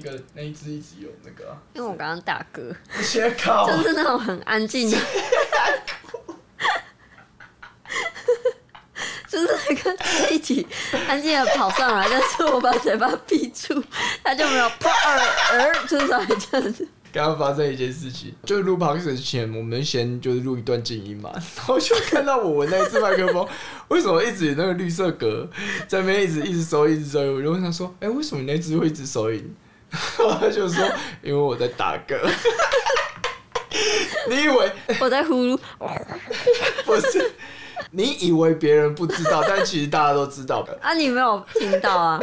个那一只一直有那个、啊，因为我刚刚打嗝，切靠就，是那种很安静的， 就是那个气体安静的跑上来，但是我把嘴巴闭住，它就没有噗 儿儿，就是来这样子。刚刚发生一件事情，就是录 p o d 前，我们先就是录一段静音嘛，然后就看到我闻那一只麦克风，为什么一直有那个绿色格在那边一直一直收音一直收音，我就问他说，哎、为什么你那只会一直收音？ 然后他就说，因为我在打嗝。 你以为我在呼噜，不是？你以为别人不知道，但其实大家都知道的。啊，你没有听到啊？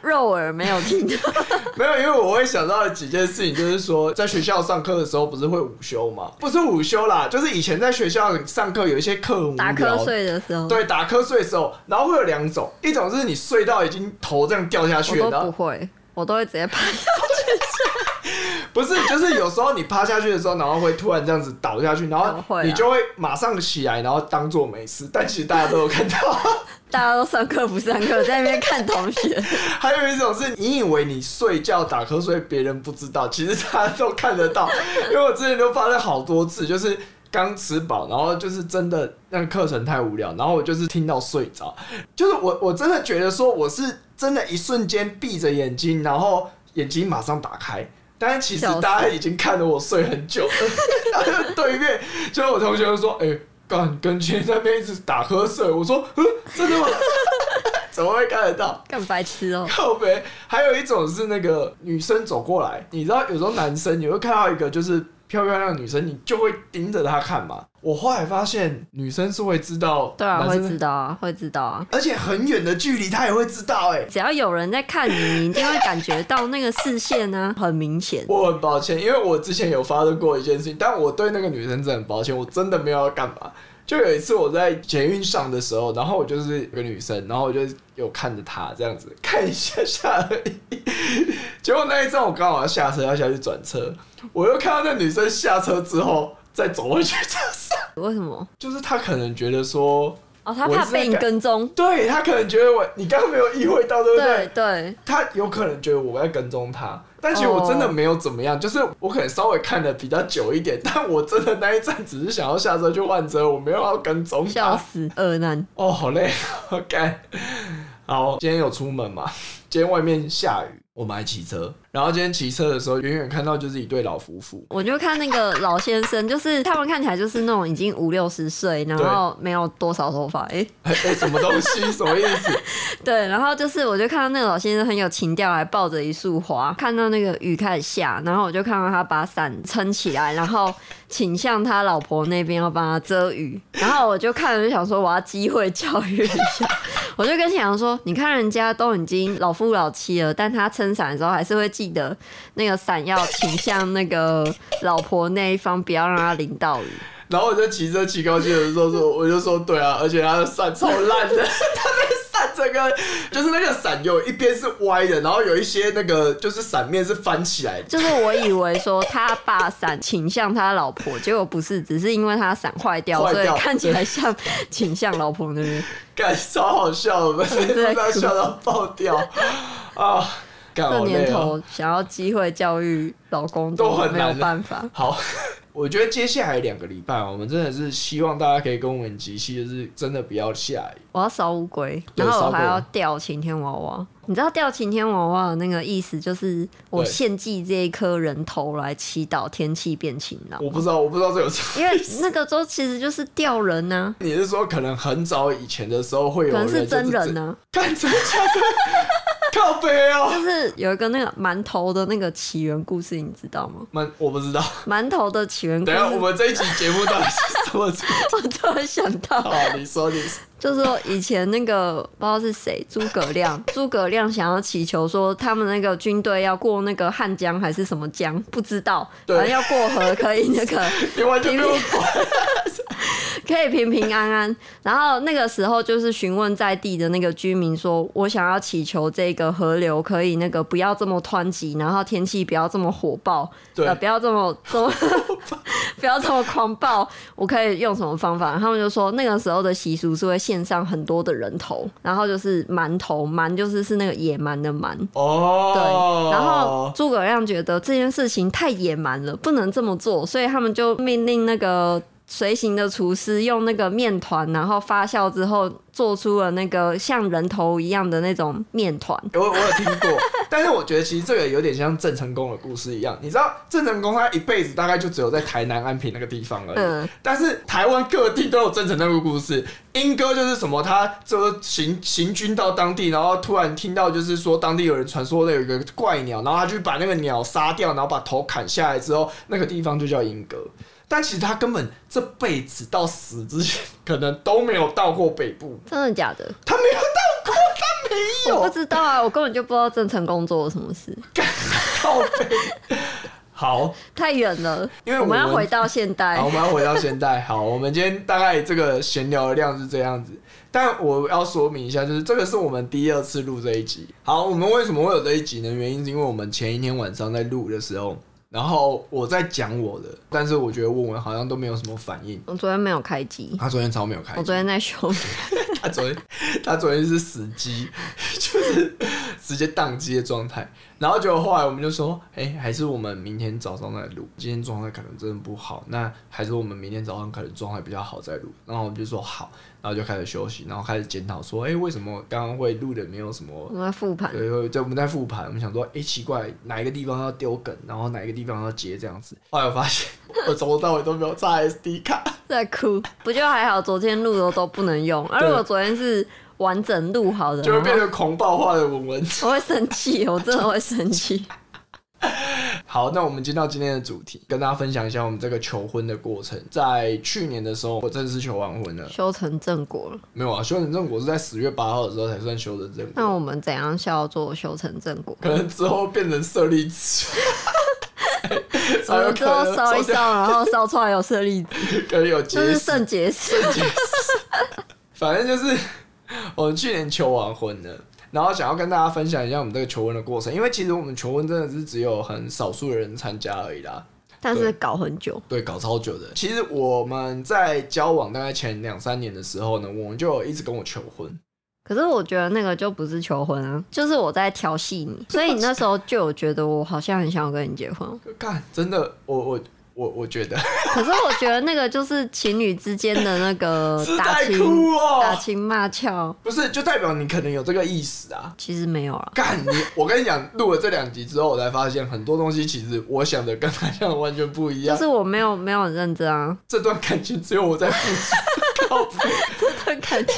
肉耳没有听到， 没有，因为我会想到的几件事情，就是说，在学校上课的时候不是会午休吗？不是午休啦，就是以前在学校上课有一些课很无打瞌聊，睡的时候，对，打瞌睡的时候，然后会有两种，一种是你睡到已经头这样掉下去，我然都后不会，我都会直接拍。不是，就是有时候你趴下去的时候，然后会突然这样子倒下去，然嗯后会啊你就会马上起来，然后当做没事，但其实大家都有看到。大家都上课不上课，在那边看同学， 还有一种是你以为你睡觉打瞌睡，别人不知道，其实大家都看得到。因为我之前都发生好多次，就是刚吃饱，然后就是真的那个课程太无聊，然后我就是听到睡着，就是我我真的觉得说我是真的，一瞬间闭着眼睛，然后眼睛马上打开。但是其实笑死大家已经看着我睡很久了，然后就对面就是我同学就说：“哎、干跟前那边一直打瞌睡。”我说：“嗯，真的吗？ 怎么会看得到？”干白痴哦、 靠背，还有一种是那个女生走过来，你知道有时候男生你会看到一个就是漂漂亮亮的女生，你就会盯着她看嘛。我后来发现女生是会知道，对啊，男会生知，道啊，会知道啊。而且很远的距离她也会知道、哎，只要有人在看你，你一定会感觉到那个视线呢、 很明显。我很抱歉，因为我之前有发生过一件事情，但我对那个女生真的很抱歉，我真的没有要干嘛。就有一次我在捷运上的时候，然后我就是有个女生，然后我就有看着她这样子看一下 下而已。结果那一站我刚好要下车，要下去转车，我又看到那女生下车之后再走回去车上，为什么？就是她可能觉得说，哦，他我怕是在被你感跟踪。对她可能觉得我你刚刚没有意会到，对不对对，他有可能觉得我在跟踪他，但其实我真的没有怎哦么样就是我可能稍微看的比较久一点， 但我真的那一站只是想要下车去换车，我没有要跟踪笑他。死，恶男。哦，好累， 好干。好，今天有出门嘛？今天外面下雨，我们还骑车。然后今天骑车的时候，远远看到就是一对老夫妇， 我就看那个老先生，就是他们看起来就是那种已经五六十岁，然后没有多少头发，哎、哎、哎什么东西？ 什么意思？对，然后就是我就看到那个老先生很有情调，还抱着一束花，看到那个雨开始下，然后我就看到他把伞撑起来，然后倾向他老婆那边要帮他遮雨，然后我就看了就想说我要机会教育一下，我就跟想说，你看人家都已经老夫老妻了，但他撑伞的时候还是会记得那个伞要倾向那个老婆那一方，不要让他淋到雨。然后我就骑车骑高速的时候说，我就说对啊，而且它的伞超烂 的，它的伞整个就是那个伞有一边是歪的，然后有一些那个就是伞面是翻起来的。就是我以为说他把伞倾向他老婆，结果不是，只是因为他伞坏掉，坏所掉以看起来像 倾向老婆那边。感超好笑的，我真的不知道笑到爆掉啊！干这好累年哦。头想要机会教育老公都很没难有办法。好，我觉得接下来两个礼拜，我们真的是希望大家可以跟我们集气，就是真的不要下雨。我要烧乌龟，对然后烧我还过要吊晴天娃娃。你知道吊晴天娃娃的那个意思就是我对献祭这一颗人头来祈祷天气变晴朗，我不知道，我不知道这有什么。 因为那个都其实就是吊人呐、你是说可能很早以前的时候会可有能人是真人啊呢？呐、干真的假的？靠背哦、就是有一个那个馒头的那个起源故事，你知道吗？蛮我不知道。馒头的起源故等事，一下我们这一集节目到底是什么主题？ 我突然想到，好，你说你说就是说以前那个不知道是谁，诸葛亮， 诸葛亮想要祈求说他们那个军队要过那个汉江还是什么江，不知道，对 反正要过河可以那个你完全没有管。可以平平安安。然后那个时候就是询问在地的那个居民说，我想要祈求这个河流可以那个不要这么湍急，然后天气不要这么火爆，对呃不要这么这么 不要这么狂暴，我可以用什么方法？他们就说那个时候的习俗是会献上很多的人头，然后就是馒头，馒就是是那个野蛮的蛮。哦，对，然后诸葛亮觉得这件事情太野蛮了，不能这么做，所以他们就命令那个随行的厨师用那个面团，然后发酵之后做出了那个像人头一样的那种面团。我我有听过，但是我觉得其实这个有点像郑成功的故事一样。你知道郑成功他一辈子大概就只有在台南安平那个地方而已，嗯 但是台湾各地都有郑成那个故事。英哥就是什么，他就是行行军到当地，然后突然听到就是说当地有人传说有一个怪鸟，然后他就把那个鸟杀掉，然后把头砍下来之后，那个地方就叫英哥。但其实他根本这辈子到死之前，可能都没有到过北部，真的假的？他没有到过，他没有。我不知道啊，我根本就不知道郑成功做了什么事， 靠背。好，太远了。因为我我们要们回到现代好，我，们要回到现代。好，我们今天大概这个闲聊的量是这样子，但我要说明一下，就是这个是我们第二次录这一集。好，我们为什么会有这一集呢？原因是因为我们前一天晚上在录的时候，然后我在讲我的，但是我觉得文文好像都没有什么反应。我昨天没有开机，他昨天超没有开我心，昨天在休息。他昨天 他昨天是死机， 就是直接宕机的状态。然后结果后来我们就说，哎、还是我们明天早上再录。今天状态可能真的不好，那还是我们明天早上可能状态比较好再录。然后我们就说好，然后就开始休息，然后开始检讨说，哎、为什么刚刚会录的没有什么我们在复盘，对，就我们在复盘，我们想说，哎、奇怪，哪一个地方要丢梗，然后哪一个地方要接这样子。后来我发现， 我从头到尾都没有插 SD 卡。在哭，不就还好？昨天录的都不能用，而对如果昨天是完整录好的，就会然后变成狂暴化的文文。我会生气，我真的会生气。好，那我们进到今天的主题，跟大家分享一下我们这个求婚的过程。在去年的时候，我正式求完婚了。修成正果了，没有啊，修成正果是在十月八号的时候才算修成正那果，我们怎样叫做修成正 果？可能之后变成舍利子，才有可能中间我们之后烧一烧，然后烧出来有舍利子，可能有这结是石。肾结石。反正就是我们去年求完婚了，然后想要跟大家分享一下我们这个求婚的过程，因为其实我们求婚真的是只有很少数的人参加而已啦。但是搞很久，对，搞超久的。其实我们在交往大概前两三年的时候呢，我们就有一直跟我求婚。可是我觉得那个就不是求婚啊，就是我在调戏你，所以你那时候就有觉得我好像很想要跟你结婚。干，真的，我我我我觉得可是我觉得那个就是情侣之间的那个是打在情、哭哦打情骂俏，不是，就代表你可能有这个意思啊。其实没有啦。干你，我跟你讲，录了这两集之后，我才发现很多东西其实我想的跟他想的完全不一就样。是我没有没有很认真啊，这段感情只有我在付 出。靠背这感觉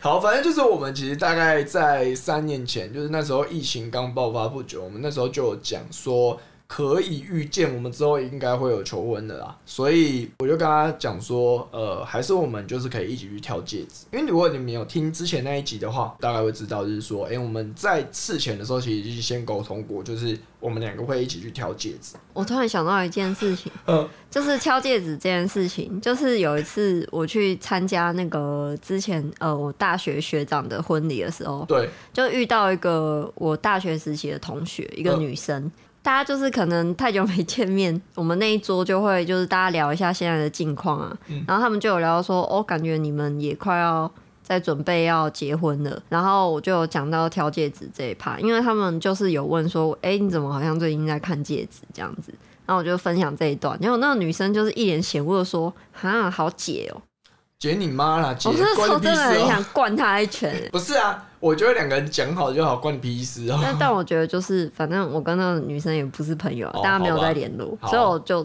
好，反正就是我们其实大概在三年前，就是那时候疫情刚爆发不久，我们那时候就有讲说可以预见我们之后应该会有求婚的啦，所以我就跟他讲说，呃，还是我们就是可以一起去挑戒指，因为如果你们有听之前那一集的话，大概会知道就是说，哎、我们在事前的时候其实已经先沟通过，就是我们两个会一起去挑戒指，我突然想到一件事情，嗯就是挑戒指这件事情。就是有一次我去参加那个之前呃我大学学长的婚礼的时候，对，就遇到一个我大学时期的同学，一个嗯女生。大家就是可能太久没见面，我们那一桌就会就是大家聊一下现在的近况啊，嗯然后他们就有聊到说，哦，感觉你们也快要在准备要结婚了，然后我就有讲到挑戒指这一趴，因为他们就是有问说，哎、你怎么好像最近在看戒指这样子，然后我就分享这一段，结果那个女生就是一脸嫌恶地说，哈，好解哦、姐你妈啦，姐我那时关候你屁哦真的很事哦、想灌她一拳、欸不是啊，我觉得两个人讲好就好，关你屁事哦、 但但我觉得就是，反正我跟那个女生也不是朋友啊，哦大家没有在联络，好吧所以我就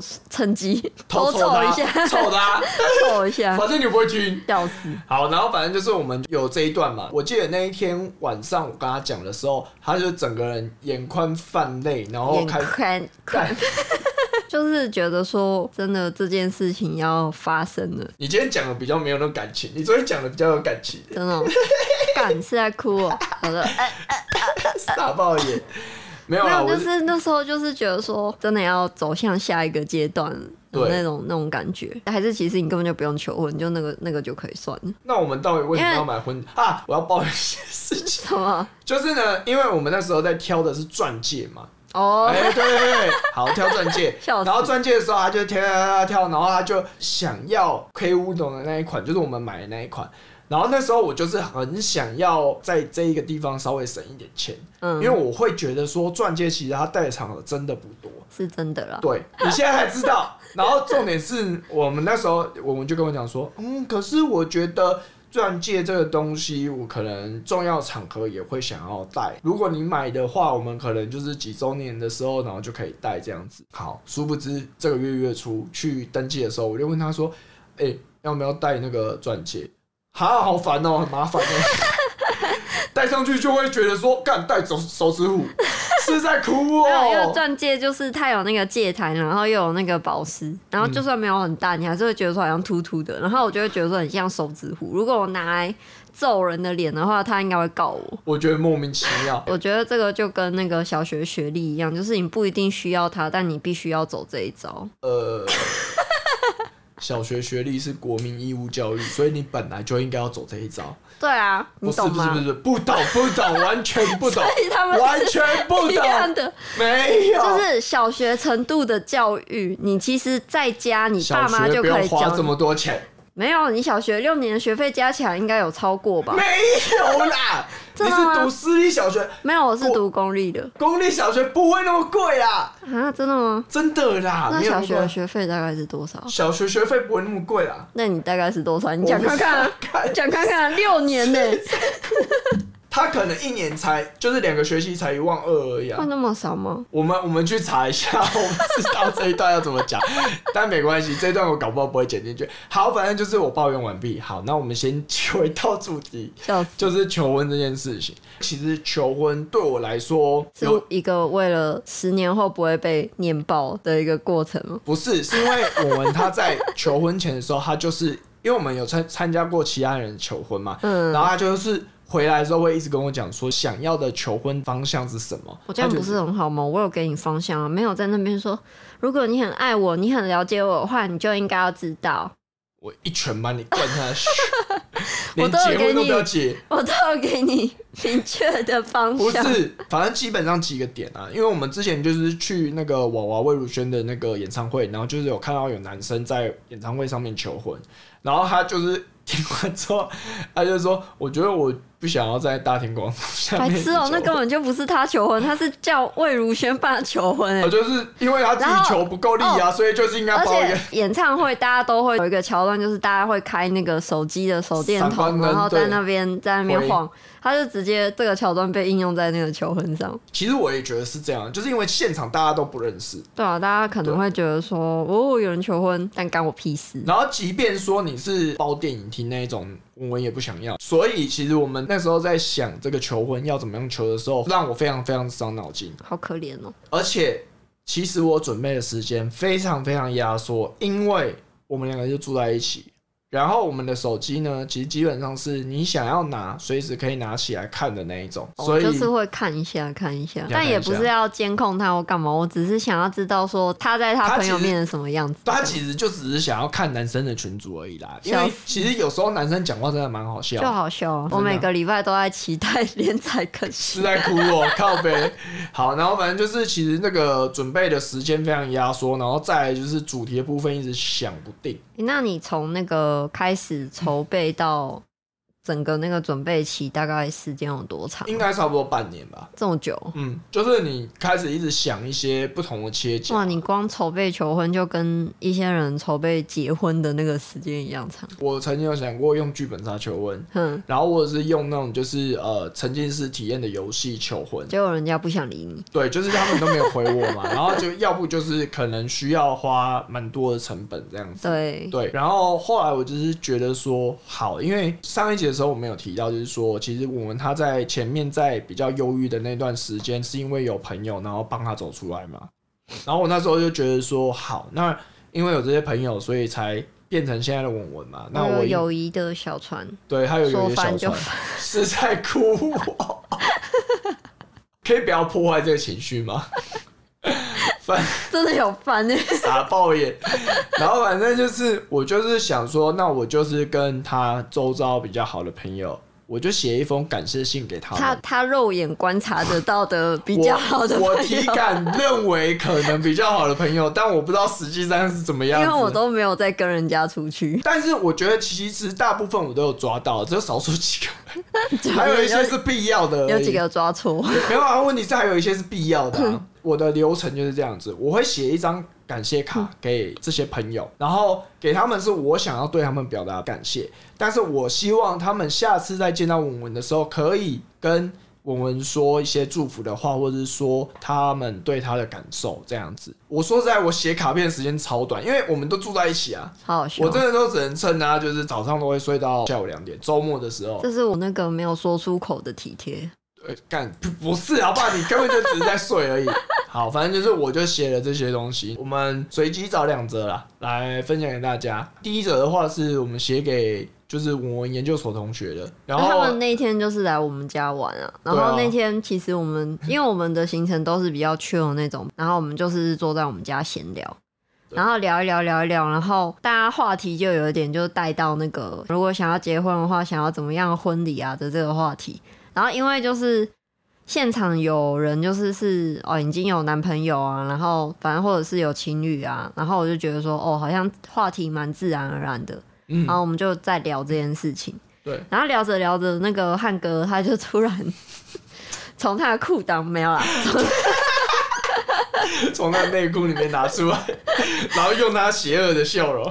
趁机偷凑瞅一 下，他凑他，凑一下，反正你不会听。笑死！好，然后反正就是我们有这一段嘛。我记得那一天晚上我跟他讲的时候，他就整个人眼眶泛泪，然后眼开始宽宽，就是觉得说，真的这件事情要发生了， 你今天讲的比较没有那种感情，你昨天讲的比较有感 情，真的哦干是在哭哦、好的，哎傻爆眼。 没有没啦，有，我就是那时候就是觉得说，真的要走向下一个阶段了。对那种那种感觉，还是其实你根本就不用求婚，就那个那个就可以算了，那我们到底为什么因为要买婚啊？我要抱怨一些事情，什么？就是呢，因为我们那时候在挑的是钻戒嘛，哦、，哎、对对对，好挑钻戒 笑死然后钻戒的时候，他就挑挑挑挑，然后他就想要 K 乌龙的那一款，就是我们买的那一款。然后那时候我就是很想要在这一个地方稍微省一点钱，因为嗯，我会觉得说钻戒其实它代偿的真的不多。是真的啦。对你现在还知道，然后重点是我们那时候我们就跟我讲说，嗯，可是我觉得钻戒这个东西，我可能重要场合也会想要戴。如果你买的话，我们可能就是几周年的时候，然后就可以戴这样子。好，殊不知这个月月初去登记的时候，我就问他说，哎、要不要戴那个钻戒？哈，好烦哦、很麻烦哦、戴上去就会觉得说，干戴手手指虎是在哭哦、没有，因为钻戒就是它有那个戒台，然后又有那个宝石，然后就算没有很大，你还是会觉得说好像凸凸的，然后我就会觉得说很像手指虎。如果我拿来揍人的脸的话，他应该会告我。我觉得莫名其妙。我觉得这个就跟那个小学学历一样，就是你不一定需要它，但你必须要走这一招。呃，小学学历是国民义务教育，所以你本来就应该要走这一招。对啊，你不是懂不是不吗？是不懂不 懂，完全不懂，所以 他们是完全不一样懂，的，没有。就是小学程度的教育，你其实在家你小爸妈学就不可要以花教这你。么多钱，没有，你小学六年的学费加起来应该有超过吧？没有啦。你 真的吗是读私立小学，没有，我是读公立的公立小学不会那么贵啦，啊，真的吗？真的啦。啊那没有小么学的贵学费大概是多少？小学学费不会那么贵啊啦。那你大概是多少？你讲看看我啊不，看讲看 看啊，六年呢、他可能一年才就是两个学期才一万二而已啊会。那么少吗？我们我们去查一下， 我不知道这一段要怎么 讲，但没关系，这一段我搞不好不会剪进去。好，反正就是我抱怨完毕。好，那我们先回到主题，笑死，就是求婚这件事情。其实求婚对我来说是有一个为了十年后不会被念爆的一个过程吗？不是，是因为我们他在求婚前的时候，他就是因为我们有参参加过其他人的求婚嘛，嗯然后他就是回来之后会一直跟我讲说想要的求婚方向是什么。嗯我这样他就不是很好吗？我有给你方向啊，没有在那边说，如果你很爱我，你很了解我的话，你就应该要知道， 我一拳把你灌下去，我连都有结给婚都不你要结。我都有给你明确的方不向。是，反正基本上几个点啊，因为我们之前就是去那个娃娃魏如萱的那个演唱会，然后就是有看到有男生在演唱会上面求婚，然后他就是听完之后，他就说：“我觉得我不想要在大庭广众下白面痴哦、求那婚根本就不是他求婚，他是叫魏如萱帮他求婚哎、我哦就是因为他自然己后哦求不够力啊，所以就是应该而抱且怨。演唱会大家都会有一个桥段，就是大家会开那个手机的手电闪光筒，灯然后在对那边在那边晃，他就直接这个桥段被应用在那个求婚上。其实我也觉得是这样，就是因为现场大家都不认识，对啊，大家可能会觉得说，哦，有人求婚，但干我屁事。然后，即便说你是包电影厅那一种，我们也不想要。所以，其实我们那时候在想这个求婚要怎么样求的时候，让我非常非常伤脑筋。好可怜哦、而且，其实我准备的时间非常非常压缩，因为我们两个就住在一起。然后我们的手机呢，其实基本上是你想要拿，随时可以拿起来看的那一种。所以，哦就是会看一下看一下，要看一下但也不是要监控他或干嘛，我只是想要知道说他在他朋友面是什么样子。他其实就只是想要看男生的群组而已啦。因笑为死其实有时候男生讲话真的蛮好笑就的。好笑啊！真的我每个礼拜都在期待 连载更是。新在哭哦，靠背。好，然后反正就是，其实那个准备的时间非常压缩，然后再来就是主题的部分一直想不定。欸那你从那个开始筹备到整个那个准备期，大概时间有多长？应该差不多半年吧。这么久？嗯，就是你开始一直想一些不同的切角哇，。你光筹备求婚就跟一些人筹备结婚的那个时间一样长。我曾经有想过用剧本杀求婚，哼，然后或者是用那种就是呃沉浸式体验的游戏求婚。结果人家不想理你。对，就是他们都没有回我嘛，然后就要不就是可能需要花蛮多的成本这样子。对，对，然后后来我就是觉得说，好，因为上一集的时候我们有提到，就是说，其实我们他在前面在比较忧郁的那段时间，是因为有朋友然后帮他走出来嘛。然后我那时候就觉得说，好，那因为有这些朋友，所以才变成现在的文文嘛。那嗯有我一友谊的小船，对他有有说一些翻小就船 是在哭 我，可以不要破坏这个情绪吗？反真的有欸翻呢、 傻爆眼。然后反正就是我就是想说，那我就是跟他周遭比较好的朋友，我就写一封感谢信给他们。他他肉眼观察得到的比较好的我，我朋友体感认为可能比较好的朋友，但我不知道实际上是怎么样子。因为我都没有在跟人家出去，但是我觉得其实大部分我都有抓到，只有少数几个，还有一些是必要的而已。有几个抓错， 没有啊？问题是还有一些是必要的啊、我的流程就是这样子，我会写一张感谢卡给这些朋友，然后给他们是我想要对他们表达感谢，但是我希望他们下次再见到文文的时候，可以跟文文说一些祝福的话，或者是说他们对他的感受这样子。我说实在，我写卡片的时间超短，因为我们都住在一起啊，好好笑我。真的都只能趁啊，就是早上都会睡到下午两点，周末的时候，这是我那个没有说出口的体贴，呃，干不不是，好不好？你根本就只是在睡而已。 好，反正就是我就写了这些东西，我们随机找两则啦，来分享给大家。第一则的话是我们写给就是我们研究所同学的，然那他后们那天就是来我们家玩啊，然对啊后那天其实 我们因为我们的行程都是比较 chill 的那种，然后我们就是坐在我们家闲聊。对然后聊一聊，聊一聊，然后大家话题就有一点就带到那个，如果想要结婚的话，想要怎么样的婚礼啊的这个话题。然后因为就是现场有人就是是哦已经有男朋友啊，然后反正或者是有情侣啊，然后我就觉得说哦好像话题蛮自然而然的，嗯然后我们就在聊这件事情。对，然后聊着聊着，那个汉哥他就突然 从他的裤裆没 有啦，从他内裤里面拿出来， 然后用他邪恶的笑容，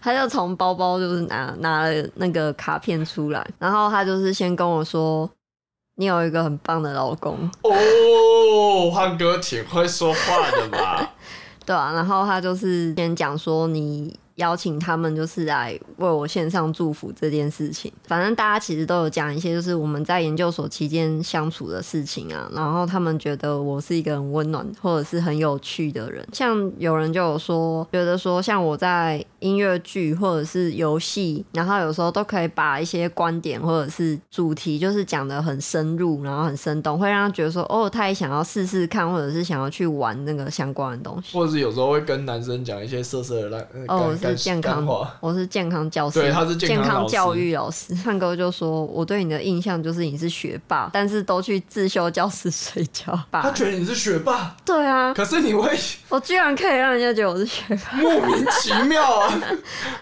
他就从包包就是拿拿了那个卡片出来，然后他就是先跟我说：“你有一个很棒的老公，哦，汉哥挺会说话的嘛，对啊，然后他就是先讲说你。邀请他们就是来为我献上祝福这件事情，反正大家其实都有讲一些就是我们在研究所期间相处的事情啊，然后他们觉得我是一个很温暖或者是很有趣的人，像有人就有说觉得说像我在音乐剧或者是游戏，然后有时候都可以把一些观点或者是主题就是讲的很深入，然后很生动，会让他觉得说哦，他也想要试试看，或者是想要去玩那个相关的东西。或者是有时候会跟男生讲一些色色的烂，呃哦，我干是健康干话，，我是健康教师，对他是健健康老师教育老师。汉哥就说，我对你的印象就是你是学霸，但是都去自修教室 睡觉他吧。觉得你是学霸，对啊，可是你会。 我居然可以让人家觉得我是学霸，莫名其妙啊，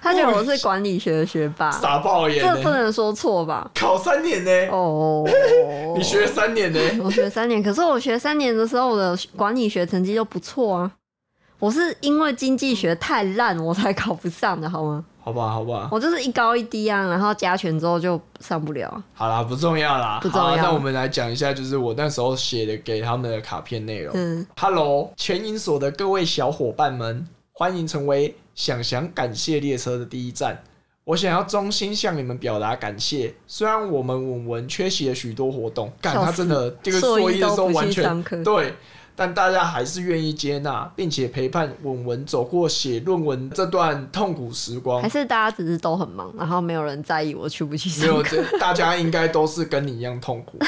他觉得我是管理学的学霸，傻爆眼这呢、不能说错吧？考三年呢、哦， 你学了三年呢、我学三年，可是我学三年的时候，我的管理学成绩就不错啊。我是因为经济学太烂，我才 考不上的，好吗？好吧，好吧，我就是一高一低啊，然后加权之后就上不了啊。好啦，不重要啦，不重要好啦啊那我们来讲一下，就是我那时候写的给他们的卡片内容。嗯， Hello，全银所的各位小伙伴们，欢迎成为想想感谢列车的第一站。我想要衷心向你们表达感谢，虽然我们文文缺席了许多活动，干笑他死真的这个硕硕一一的时候都不完去全上课。对，但大家还是愿意接纳，并且陪伴文文走过写论文这段痛苦时光还。是大家只是都很忙，然后没有人在意我去不去没上有课。这，大家应该都是跟你一样痛 苦。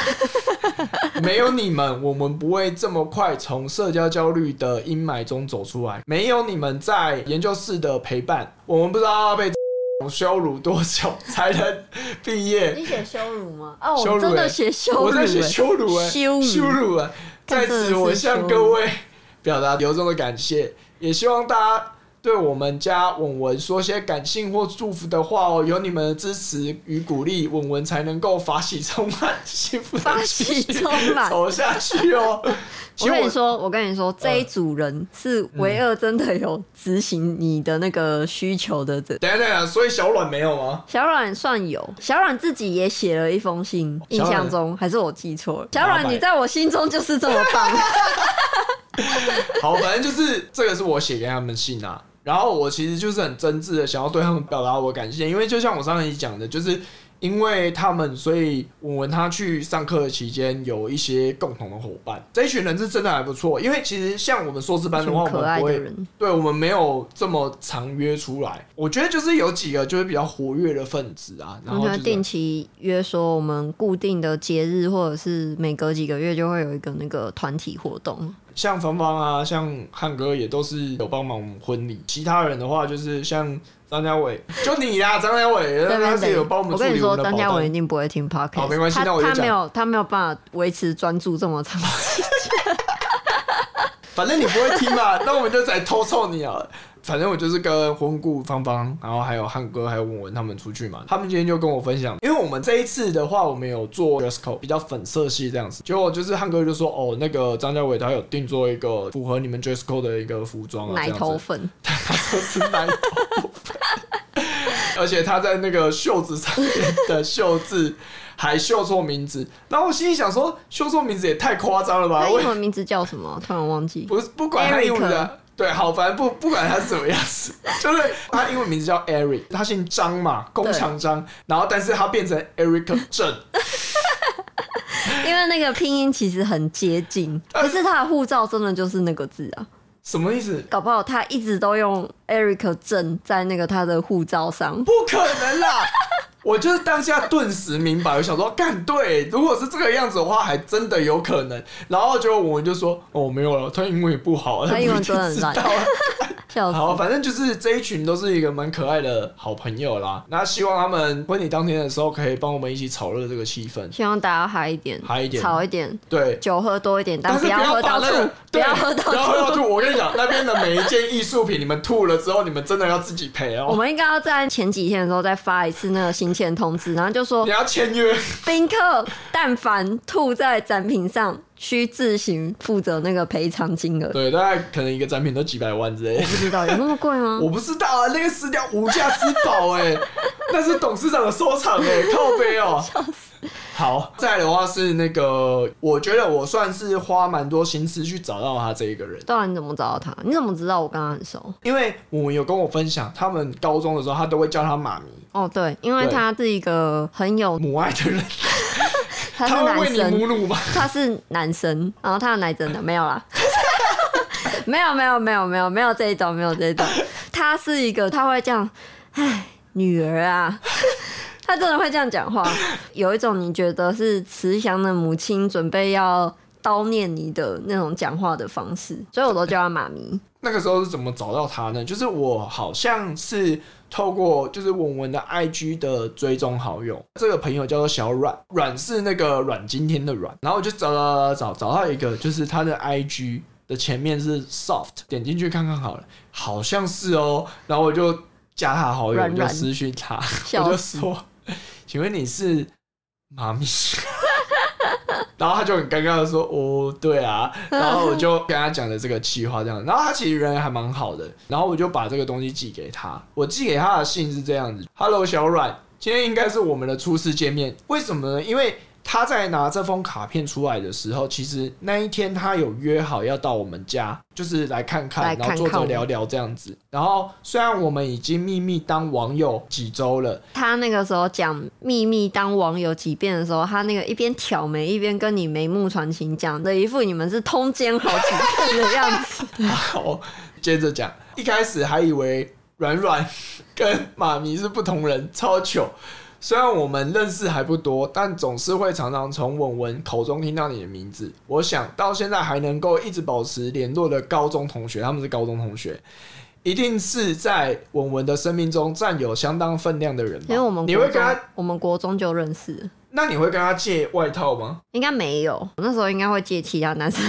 没有你们，我们不会这么快从社交焦虑的阴霾中走出来。没有你们在研究室的陪伴，我们不知道要被 羞辱多久才能毕业。你写羞辱吗？哦，羞辱我真的欸写羞辱、欸， 我在写羞辱哎、羞辱羞辱哎、在真的此是我羞向辱各位表达由衷的感谢，也希望大家对我们家文文说些感性或祝福的话哦。有你们的支持与鼓励，文文才能够法喜充满， 幸福的发继起续充满。走下去 哦。我其实跟你我嗯说，我跟你说，这一组人是唯二真的有执行你的那个需求的这。等一下等一下，所以小卵没有吗？小阮算有，小阮自己也写了一封信，印小象阮中还是我记错了。八小百阮，你在我心中就是这么棒。 好，反正就是这个是我写给他们信啊。然后我其实就是很真挚的想要对他们表达我感谢，因为就像我上一集讲的，就是因为他们，所以文文他去上课的期间有一些共同的伙伴，这一群人是真的还不错。因为其实像我们硕士班的话，很我可们爱不的会人，对我们没有这么常约出来。我觉得就是有几个就是比较活跃的分子啊，我 然们后就会就是定期约说，我们固定的节日或者是每隔几个月就会有一个那个团体活动。像芳芳啊，像汉哥也都是有帮忙我们婚礼。其他人的话，就是像张家 伟，就你啦，张家伟，对他对是对，有帮我们处跟你理说，我们的张保嘉文一单。定不会听 podcast，好没关系他那我就他讲哦没有他没有办法维持专注这么长。反正你不会听 嘛，那我们就再偷凑你好了。反正我就是跟婚顾芳芳，然后还有汉哥，还有文文他们出去嘛。他们今天就跟我分享，因为我们这一次的话，我们有做 dress code 比较粉色系这样子。结果就是汉哥就说，哦，那个张家伟他有定做一个符合你们 dress code 的一个服装啊，这 奶样子头粉，他说是奶头粉， 而且他在那个袖子上面的袖字还绣错名字，然后我心里想说，绣错名字也太夸张了吧？他啊我英文名字叫什么？突然忘记。不是不管他英文名字 Eric 啊。对，好，反正不不管他是怎么样子， 就是他英文名字叫 Eric，他姓张嘛，工厂张，然后但是他变成 Eric 郑，因为那个拼音其实很接近，呃可是他的护照真的就是那个字啊，什么意思？搞不好他一直都用 Eric 郑在那个他的护照上。不可能啦！ 我就是当下顿时明白，我想说，干对，如果是这个样子的话，还真的有可能。然后就我们就说，哦，没有了，他英文也不好，他英文不一定真的很知烂道。笑好，死！反正就是这一群都是一个蛮可爱的好朋友啦。那希望他们婚礼当天的时候，可以帮我们一起炒热这个气氛。希望大家嗨一点，嗨一点吵一点，对，酒喝多一点，但是不要喝把到那个吐，不要喝对不要喝到到吐。吐。我跟你讲，那边的每一件艺术品，你们吐了之后，你们真的要自己赔我哦。们应该要在前几天的时候再发一次那个行前通知，然后就说你要签约。宾客但凡吐在展品上，需自行负责那个赔偿金额。对，大概可能一个展品都几百万之类的。不知道有那么贵吗？我不知道啊，那个撕掉无价之宝哎、 那是董事长的收藏哎、靠背哦、好，再来的话是那个，我觉得我算是花蛮多心思去找到他这一个人，对啊，你怎么找到他？你怎么知道我跟他很熟？因为我们有跟我分享，他们高中的时候，他都会叫他妈咪，哦，对，因为对他是一个很有，母爱的人，他是他会男为你生，母乳吗？他是男生，然后他的奶真的没有啦。 没有没有没有没有没有这一种没有这一种，他是一个他会这样，唉，女儿啊，他真的会这样讲话，有一种你觉得是慈祥的母亲准备要叨念你的那种讲话的方式，所以我都叫他 妈咪。那个时候是怎么找到他呢？就是我好像是透过就是文文的 IG 的追踪好友，这个朋友叫做小阮，阮是那个阮经天的阮，然后我就找找找找找到一个，就是他的 IG 的前面是 soft，点进去看看好了，好像是哦，然后我就加他好友，阮我就阮私讯他，笑我就死说，请问你是妈咪？ 然后他就很尴尬的说：“哦，对啊。”然后我就跟他讲了这个计划这样，然后他其实人还蛮好的，然后我就把这个东西寄给他。我寄给他的信是这样子：“Hello，小阮，今天应该是我们的初次见面，为什么呢？因为他在拿这封卡片出来的时候，其实那一天他有约好要到我们家，就是来看看，来看然后坐看着我聊聊这样子。然后虽然我们已经秘密当网友几周了，他那个时候讲秘密当网友几遍的时候，他那个一边挑眉一边跟你眉目传情，讲的一副你们是通奸好几遍的样子。好，接着讲，一开始还以为软软跟妈咪是不同人，超糗。虽然我们认识还不多，但总是会常常从文文口中听到你的名字。我想到现在还能够一直保持联络的高中同学，他们是高中同学，一定是在文文的生命中占有相当分量的人吧。因为我们你国会跟中他，我们国中就认识了，那你会跟他借外套吗？应该没有，我那时候应该会借其他男生。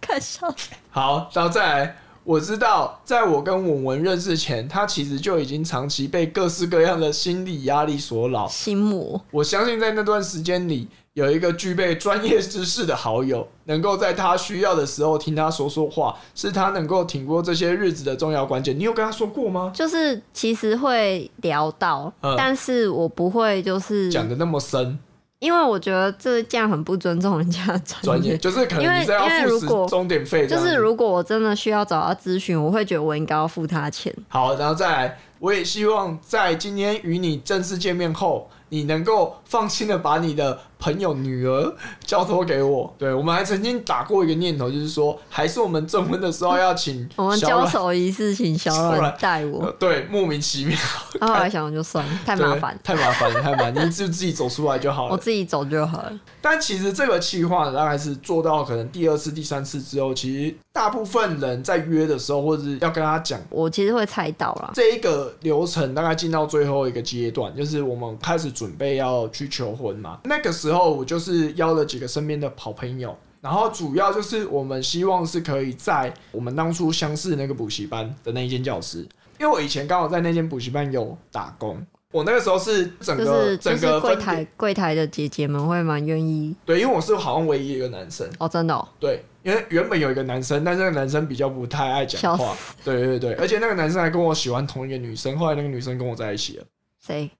看笑死，好，然后再来，我知道，在我跟文文认识前，他其实就已经长期被各式各样的心理压力所扰。 心魔。我相信在那段时间里，有一个具备专业知识的好友，能够在他需要的时候听他说说话，是他能够挺过这些日子的重要关键。你有跟他说过吗？就是其实会聊到，嗯但是我不会，就是讲的那么深，因为我觉得这这样很不尊重人家的专业就是可因能为你这要因为付如十果钟点费这就样子，是如果我真的需要找他咨询，我会觉得我应该要付他钱。好，然后再来，我也希望在今天与你正式见面后，你能够放心的把你的朋友女儿交托给我。 对我们还曾经打过一个念头，就是说，还是我们证婚的时候要请 我们小交阮手一次，请小小阮阮带我呃。 对，莫名其妙，然后后来想就算了，太麻对烦，太麻烦了，太麻烦了，你 就自己走出来就好我了。自己走就好了。但其实这个计划大概是做到可能第二次、第三次之后，其实大部分人在约的时候，或者是要跟他讲我其实会猜到啦，这一个流程大概进到最后一个阶段，就是我们开始准备要去求婚嘛。那个时候我就是邀了几个身边的好朋友，然后主要就是我们希望是可以在我们当初相识那个补习班的那一间教室，因为我以前刚好在那间补习班有打工。我那个时候是整就个、是就整是个柜分店台柜台的姐姐们会蛮愿意对，因为我是好像唯一一个男生，哦，真的哦，对，因为原本有一个男生，但是那个男生比较不太爱笑讲死话，对对对，而且那个男生还跟我喜欢同一个女生，后来那个女生跟我在一起了。谁？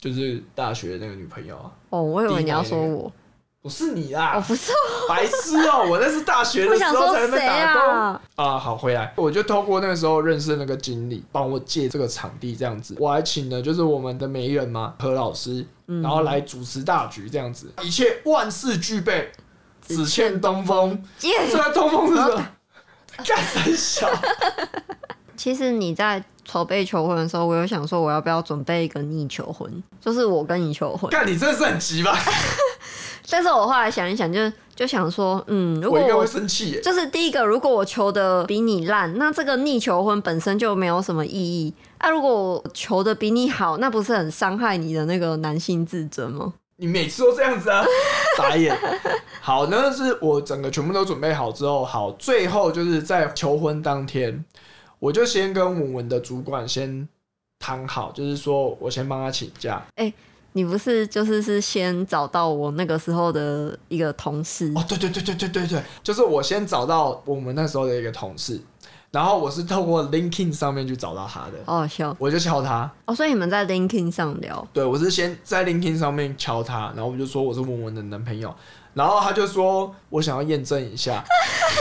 就是大学那个女朋友啊，哦，我以为你要说第一个我，不是你我 啦，不是，白痴哦、我那是大学我的时想候说才能谁打工啊啊？好，回来，我就透过那个时候认识那个经理，帮我借这个场地这样子，我还请了就是我们的媒人嘛何老师，嗯然后来主持大局这样子，一切万事俱备，只欠东 风。耶这个东风是什么？干三 小，其实你在筹备求婚的时候，我有想说我要不要准备一个逆求婚，就是我跟你求婚。 干你真的是很急吧？但是我后来想一想就，就想说，嗯，如我果应该我会生气耶。就是第一个，如果我求的比你烂，那这个逆求婚本身就没有什么意义。啊，如果我求的比你好，那不是很伤害你的那个男性自尊吗？你每次都这样子啊，傻眼。好，那是我整个全部都准备好之后，好，最后就是在求婚当天，我就先跟文文的主管先谈好，就是说我先帮他请假。你不是就是是先找到我那个时候的一个同事，哦，对对对对对对对，就是我先找到我们那时候的一个同事，然后我是透过 LinkedIn 上面去找到他的，好好笑我就敲他，哦。所以你们在 LinkedIn 上聊，对，我是先在 LinkedIn 上面敲他，然后我就说我是文文的男朋友，然后他就说我想要验证一下，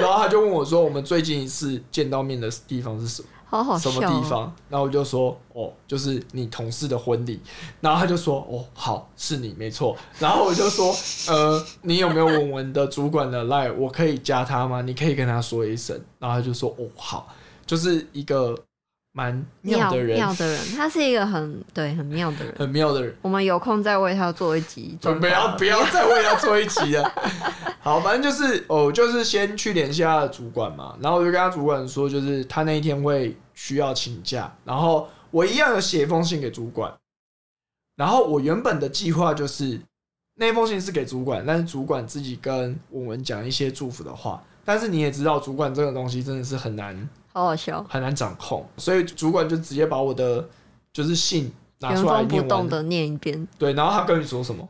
然后他就问我说我们最近一次见到面的地方是什么？好好什笑、哦么地？方？然后我就说哦，就是你同事的婚礼。然后他就说哦，好，是你没错。然后我就说呃，你有没有文文的主管的 line？我可以加他吗？你可以跟他说一声。然后他就说哦，好，就是一个蛮妙妙的人，妙的人，他是一个很对很妙 的人。很妙的人。我们有空再为他做一集专准访。备啊要不要再为他做一集了？ 好，反正就是哦，就是先去联系他的主管嘛，然后我就跟他主管说，就是他那一天会需要请假，然后我一样有写一封信给主管，然后我原本的计划就是那封信是给主管，但是主管自己跟我们讲一些祝福的话，但是你也知道，主管这个东西真的是很难好好笑，很难掌控，所以主管就直接把我的就是信拿原出来封不念动完，的念一遍。对，然后他跟你说什么？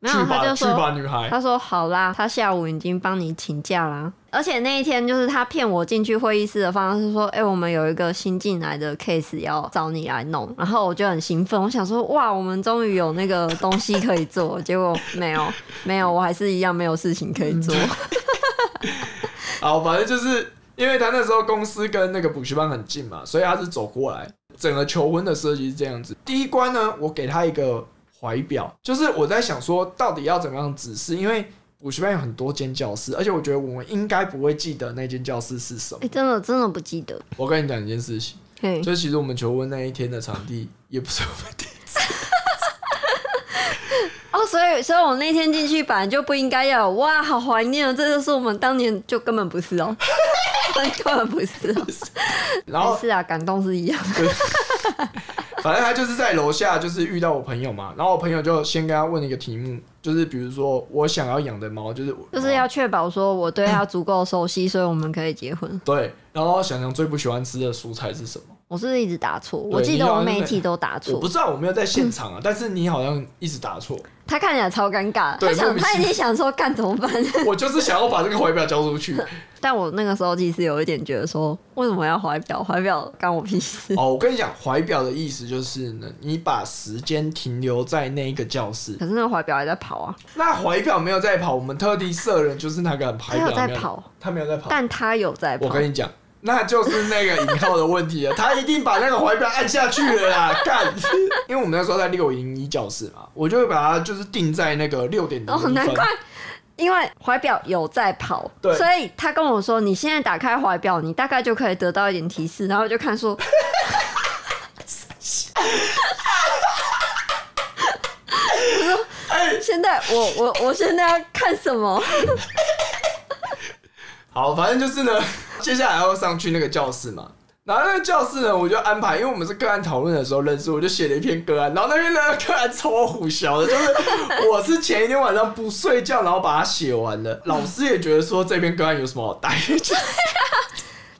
没去有，他吧，就去说，吧，女孩。他说好啦，他下午已经帮你请假啦。而且那一天就是他骗我进去会议室的方式，说，哎、我们有一个新进来的 case 要找你来弄。然后我就很兴奋，我想说，哇，我们终于有那个东西可以做。结果没有， 没有，我还是一样没有事情可以做。好，反正就是因为他那时候公司跟那个补习班很近嘛，所以他是走过来。整个求婚的设计是这样子：第一关呢，我给他一个怀表，就是我在想说到底要怎么样指示，因为补习班有很多间教室，而且我觉得我们应该不会记得那间教室是什哎、么。真的真的不记得。 我跟你讲一件事情，嘿，就是其实我们求婚那一天的场地也不是我们定，哦，所以所以我那天进去本来就不应该要有，哇，好怀念哦，这就是我们当年就根本不是 哦，根本不是哦，然后没事啊，感动是一样的，反正他就是在楼下，就是遇到我朋友嘛，然后我朋友就先跟他问一个题目，就是比如说我想要养的猫，就是我就是要确保说我对他足够熟悉，所以我们可以结婚。对，然后想想最不喜欢吃的蔬菜是什么？我是不是一直打错？我对记你得好我像每一在题都打我错嗯不，知道，我没有在现场啊，但是你好像一直打错。他看起来超尴尬，对他莫想名他其一定想说干怎么办？我就是想要把这个怀表交出去。但我那个时候其实有一点觉得说，为什么要怀表？怀表干我屁事？ 哦，我跟你讲，怀表的意思就是呢，你把时间停留在那一个教室。可是那个怀表还在跑啊，那怀表没有在跑，我们特地设人就是那个怀他有表在没有，跑，他没有在跑。但他有在跑哦我。跟你讲，那就是那个影后的问题了，他一定把那个怀表按下去了啦，干！ 因为我们那时候在六营一教室嘛，我就会把它就是定在那个六点零哦，分。难怪，因为怀表有在跑，对所以他跟我说，你现在打开怀表，你大概就可以得到一点提示，然后我就看说，哎、 现在我我我现在要看什么？ 好，反正就是呢， 接下来要上去那个教室嘛。然后那个教室呢，我就安排，因为我们是个案讨论的时候认识，我就写了一篇个案。然后那边那 个个案超虎小的，就是我是前一天晚上不睡觉，然后把它写完了。老师也觉得说这篇个案有什么好带，就是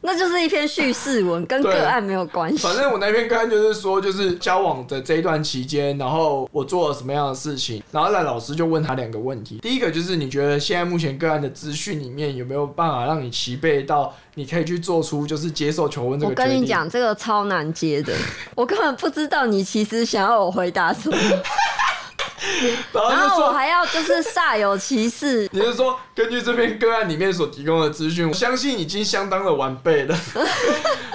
那就是一篇叙事文，跟对个案没有关系反。正我那篇刊就是说，就是交往的这一段期间，然后我做了什么样的事情，然后那老师就问他两个问题。第一个就是你觉得现在目前个案的资讯里面有没有办法让你齐备到你可以去做出就是接受求婚这我个决定？跟你，讲，这个超难 接的，我根本不知道你其实想要我回答什哦么，然然后就后我说。还要就是煞有其事，你是说，根据这篇个案里面所提供的资讯，我相信已经相当的完备了。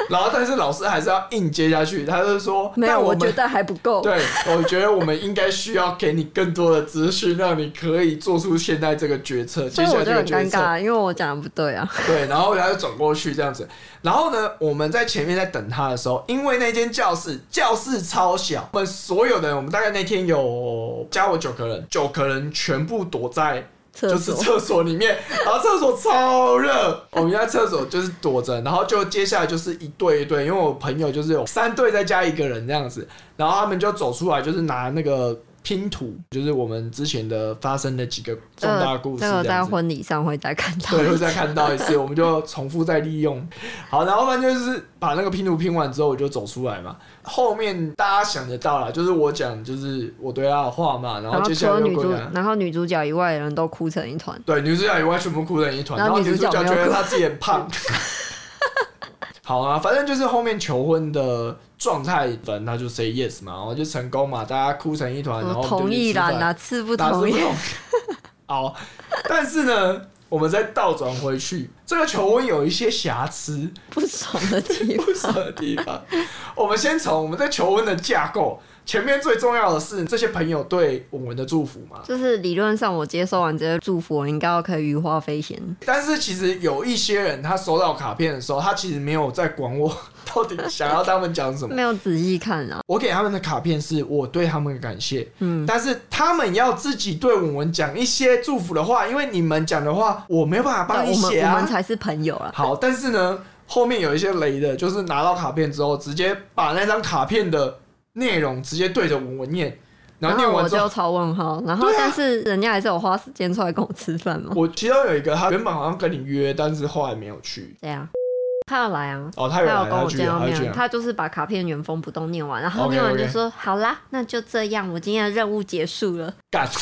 然后，但是老师还是要硬接下去，他就说：“没有，但我我们觉得还不够。对，我觉得我们应该需要给你更多的资讯，让你可以做出现在这个决策，接所以下我来就这个很决尴策。尬，啊因为我讲的不对 啊。对，然后他就转过去这样子。然后呢，我们在前面在等他的时候，因为那间教室教室超小，我们所有的人，我们大概那天有加我九个人，九个人全部躲在厕就是所，厕所里面，然后厕所超热，我们在厕所就是躲着，然后就接下来就是一对一对，因为我朋友就是有三对再加一个人这样子，然后他们就走出来，就是拿那个拼图，就是我们之前的发生的几个重大故事呃这个这在样子。婚礼上会再看到。 对，会再看到一次，我们就重复再利用。 好，然后反正就是把那个拼图拼完之后，我就走出来嘛。后面大家想得到了，就是我讲就是我对他的话嘛，然 然后后接除下来了就女归主他，然后女主角以外的人都哭成一团。对，女主角以外全部哭成一团，然然后后女女主主角角觉没有得哭她自己很胖。 好啊，反正就是后面求婚的状态，反正他就 say yes 嘛，然后就成功嘛，大家哭成一团，然后我我们同就去意吃啦，饭哪次不打字同意不？同。 好，但是呢，我们再倒转回去，这个求婚有一些瑕疵，不爽的地 方。不什么地方？我们先从我们在求婚的架构，前面最重要的是这些朋友对我们的祝福嘛。就是理论上，我接收完这些祝福，我应该要可以羽化飞仙。但是其实有一些人，他收到卡片的时候，他其实没有在管我 到底想要他们讲什么。没有仔细看啊，我给他们的卡片是我对他们的感谢，嗯，但是他们要自己对我们讲一些祝福的话，因为你们讲的话我没有办法那帮你我们写我啊们。才是朋友啦。好，但是呢，后面有一些雷的，就是拿到卡片之后，直接把那张卡片的内容直接对着文文念，然后念我完之后就，超问号，然后对啊但是人家还是有花时间出来跟我吃饭嘛，我其中有一个他原本好像跟你约，但是后来没有去。对啊，他有来啊。哦，他他有有来，跟他我去见了，到他去啊面，了。他就是把卡片原封不动念完，然后 OK，念完 OK 就说：“好啦，那就这样，我今天的任务结束 了。干，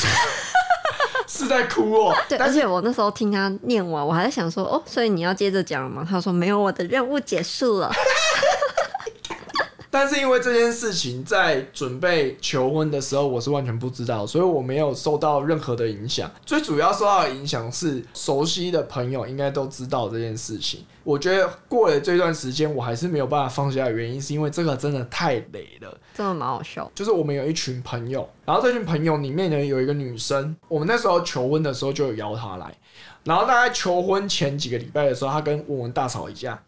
是在哭哦、”对，而且我那时候听他念完，我还在想说：“哦，所以你要接着讲吗？”他说：“没有，我的任务结束了。 但是因为这件事情在准备求婚的时候，我是完全不知道，所以我没有受到任何的影响。最主要受到的影响是熟悉的朋友应该都知道这件事情。我觉得过了这段时间，我还是没有办法放下的原因，是因为这个真的太累了。”真的蛮 好笑。就是我们有一群朋友，然后这群朋友里面呢有一个女生，我们那时候求婚的时候就有邀她来，然后大概求婚前几个礼拜的时候，她跟我们大吵一架。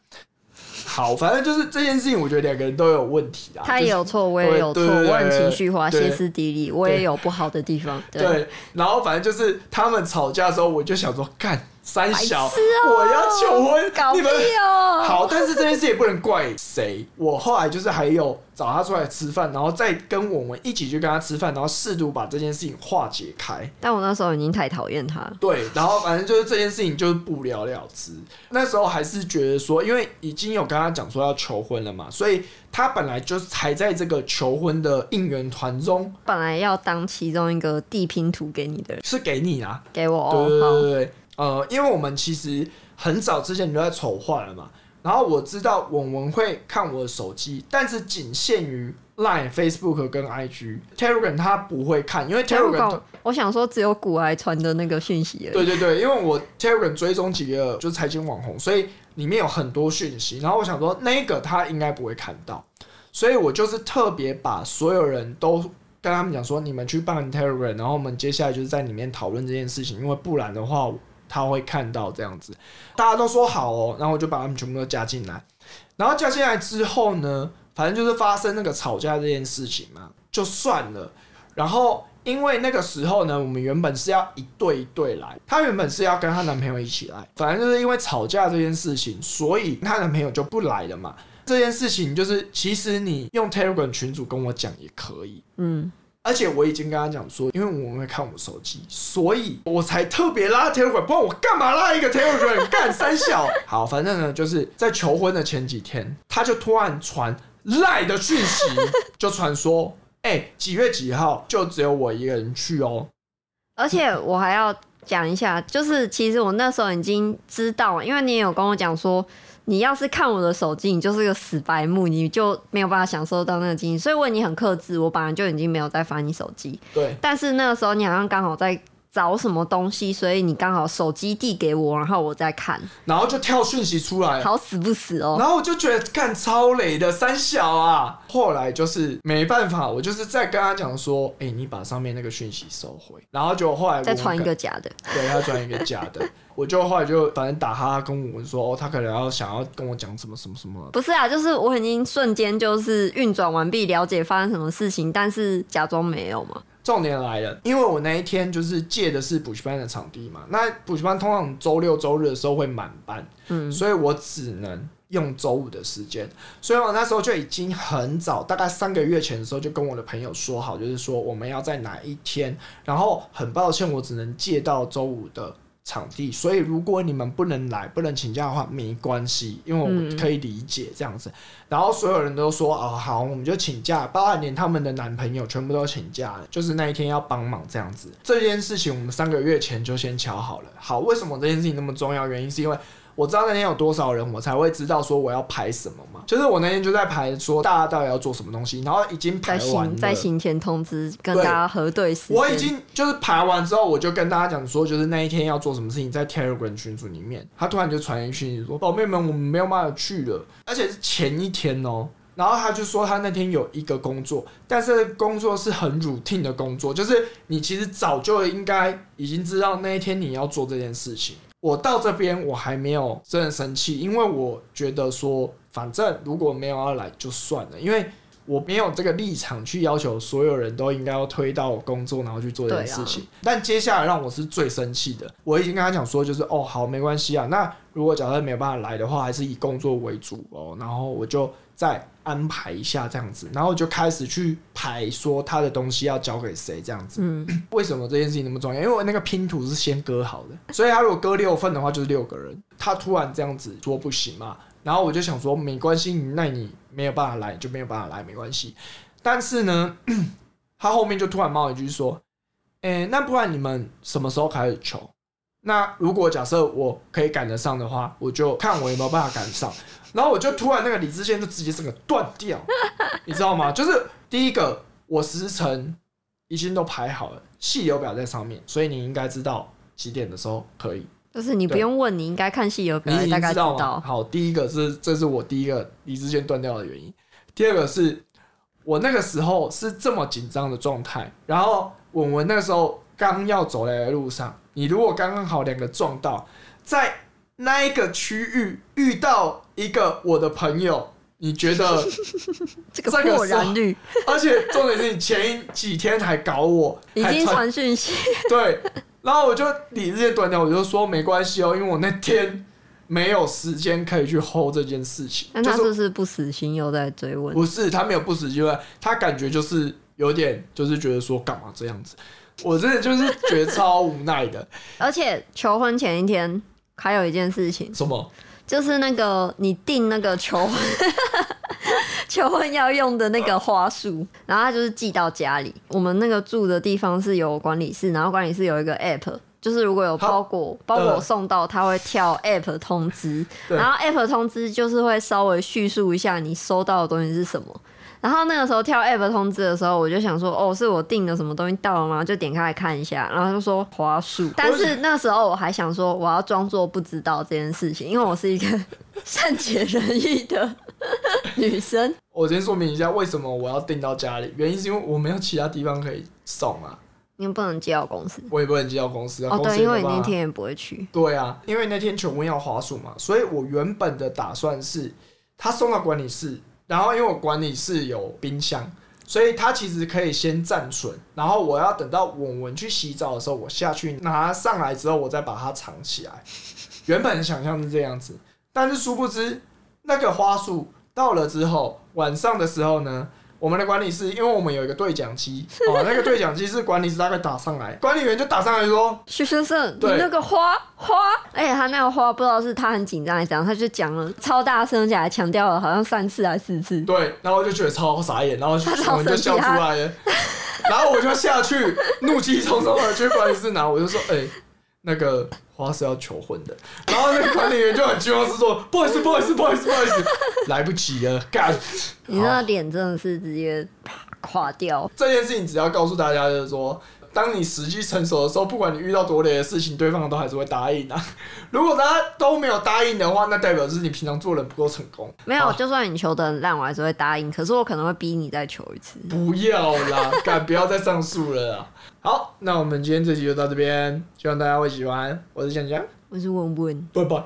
好，反正就是这件事情，我觉得两个人都有问题 啦。他就是也有错，我也有错，对对对我很情绪化，对歇斯底里，我也有不好的地方。对，对，然后反正就是他们吵架的时候，我就想说，干三小，白痴哦我要求婚， 搞你屁们哦！好，但是这件事也不能怪谁。我后来就是还有找他出来吃饭，然后再跟我们一起去跟他吃饭，然后试图把这件事情化解开。 但我那时候已经太讨厌他了。对，然后反正就是这件事情就是不了了之。那时候还是觉得说，因为已经有跟他讲说要求婚了嘛，所以他本来就是还在这个求婚的应援团中本来要当其中一个地拼图给你的人，是给你啦。给我对对对哦，对对，呃，因为我们其实很早之前就在筹划了嘛。然后我知道文文会看我的手机，但是仅限于 Line、Facebook 跟 IG。Telegram 他不会看，因为 Telegram 我我想说只有古癌传的那个讯息而已。对对对，因为我 Telegram 追踪几个就是财经网红，所以里面有很多讯息。然后我想说，那个他应该不会看到，所以我就是特别把所有人都跟他们讲说，你们去办 Telegram，然后我们接下来就是在里面讨论这件事情，因为不然的话他会看到这样子。大家都说好哦，然后我就把他们全部都加进来。然后加进来之后呢，反正就是发生那个吵架这件事情嘛，就算了。然后因为那个时候呢，我们原本是要一对一对来，她原本是要跟她男朋友一起来，反正就是因为吵架这件事情，所以她男朋友就不来了嘛。这件事情就是，其实你用 Telegram 群组跟我讲也可以，嗯，而且我已经跟他讲说，因为我们会看我手机，所以我才特别拉 Telegram，不然我干嘛拉一个 Telegram 干三小？好，反正呢，就是在求婚的前几天，他就突然传赖的讯息，就传说，哎、几月几号就只有我一个人去哦。而且我还要讲一下，就是其实我那时候已经知道，因为你也有跟我讲说，你要是看我的手机，你就是个死白目，你就没有办法享受到那个经历。所以我已经很克制，我本来就已经没有在翻你手机，对但是那个时候你好像刚好在。找什么东西？所以你刚好手机递给我，然后我再看，然后就跳讯息出来，好死不死哦、然后我就觉得干超累的三小啊。后来就是没办法，我就是在跟他讲说，哎、你把上面那个讯息收回，然后就后来再我传一跟个假的。对他转一个假的， 我就后来就反正打哈哈跟我们说，哦，他可能要想要跟我讲什么什么什么，不是啊，就是我已经瞬间就是运转完毕，了解发生什么事情，但是假装没有嘛。重点来了，因为我那一天就是借的是补习班的场地嘛，那补习班通常周六周日的时候会满班，嗯，所以我只能用周五的时间，所以我那时候就已经很早，大概三个月前的时候就跟我的朋友说好，就是说我们要在哪一天，然后很抱歉我只能借到周五的。场地，所以如果你们不能来、不能请假的话，没关系，因为我可以理解这样子。然后所有人都说哦好，我们就请假，包含连他们的男朋友全部都请假了，就是那一天要帮忙这样子。这件事情我们三个月前就先瞧好了。好，为什么这件事情那么重要？原因是因为。我知道那天有多少人，我才会知道说我要排什么嘛。就是我那天就在排说大家到底要做什么东西，然后已经排在完行了。在行前通知跟对大家核对时间。我已经就是排完之后，我就跟大家讲说，就是那一天要做什么事情，在 Telegram 群组里面，他突然就传一讯息说：“宝贝们，我们没有办法去了，而且是前一天哦、然后他就说他那天有一个工作，但是工作是很 routine 的工作，就是你其实早就应该已经知道那一天你要做这件事情。我到这边我还没有真的生气，因为我觉得说，反正如果没有要来就算了，因为我没有这个立场去要求所有人都应该要推到工作，然后去做这件事情。但接下来让我是最生气的，我已经跟他讲说，就是哦，好，没关系啊。那如果假设没有办法来的话，还是以工作为主哦。然后我就再安排一下这样子，然后我就开始去排说他的东西要交给谁这样子。嗯，为什么这件事情那么重要？因为我那个拼图是先割好的，所以他如果割六份的话，就是六个人。他突然这样子说不行嘛，然后我就想说没关系，那你没有办法来就没有办法来，没关系。但是呢， 他后面就突然冒一句说：“诶、那不然你们什么时候开始求？那如果假设我可以赶得上的话，我就看我有没有办法赶上。”然后我就突然那个理智线就直接整个断掉，你知道吗？就是第一个，我时辰已经都排好了，细流表在上面，所以你应该知道几点的时候可以。就是你不对用问，你应该看戏有表你已演，大经概知道吗？道。好，第一个是这是我第一个理智线断掉的原因，第二个是我那个时候是这么紧张的状态，然后文文那个时候刚要走来的路上，你如果刚刚好两个撞到，在那一个区域遇到一个我的朋友，你觉 得？这个这个破是然 率而且重点是你前几天还搞我，已还经传讯息， 对，然后我就理智线断掉，我就说没关系哦，因为我那天没有时间可以去 hold 这件事情，但就他是是不是不死心又在追问？不是他没有不死机会，他感觉就是有点就是觉得说干嘛这样子，我真的就是觉得超无奈的。 而且求婚前一天还有一件事情，什么？就是那个你订那个求婚 求婚要用的那个花束，然后他就是寄到家里。我们那个住的地方是有管理室，然后管理室有一个 app，就是如果有他包裹包裹呃送到，它会跳 app 通知，对然后 app 通知就是会稍微叙述一下你收到的东西是什么。然后那个时候跳 app 通知的时候，我就想说，哦，是我订的什么东西到了吗？就点开来看一下，然后就说花束。但是那时候我还想说，我要装作不知道这件事情，因为我是一个 善解人意的女生。我先说明一下为什么我要订到家里，原因是因为我没有其他地方可以送啊，你又不能接到公司我也不能寄到公司啊，哦，公司对，也因没为你办那法天也不会去。对啊，因为那天全温要花束嘛，所以我原本的打算是他送到管理室，然后因为我管理室有冰箱，所以他其实可以先暂存，然后我要等到文文去洗澡的时候，我下去拿它上来之后，我再把它藏起来。原本想象是这样子，但是殊不知那个花束到了之后，晚上的时候呢。我们的管理室，因为我们有一个对讲机，哦，那个对讲机是管理室大概打上来，管理员就打上来说，徐先生，你对那个花花，而且他那个花不知道是他很紧张还是怎样，他就讲了超大声，而且还强调了好像三次还是四次。对，然后我就觉得超傻眼，然后他我超们就笑生气出他来了，然后我就下去，怒气冲冲的去管理室拿，我就说，哎、那个花是要求婚的，然后那个管理员就很惊慌失措，不好意思，不好意思，不好意思，不好意思，来不及了，干。你那个脸真的是直接啪垮掉。这件事情只要告诉大家，就是说，当你时机成熟的时候，不管你遇到多累的事情，对方都还是会答应啊。如果大家都没有答应的话，那代表是你平常做人不够成功。没有，就算你求的很烂，我还是会答应。可是我可能会逼你再求一次。不要啦， 敢不要再上诉了啦。好，那我们今天这集就到这边，希望大家会喜欢。我是江江，我是问问。拜拜。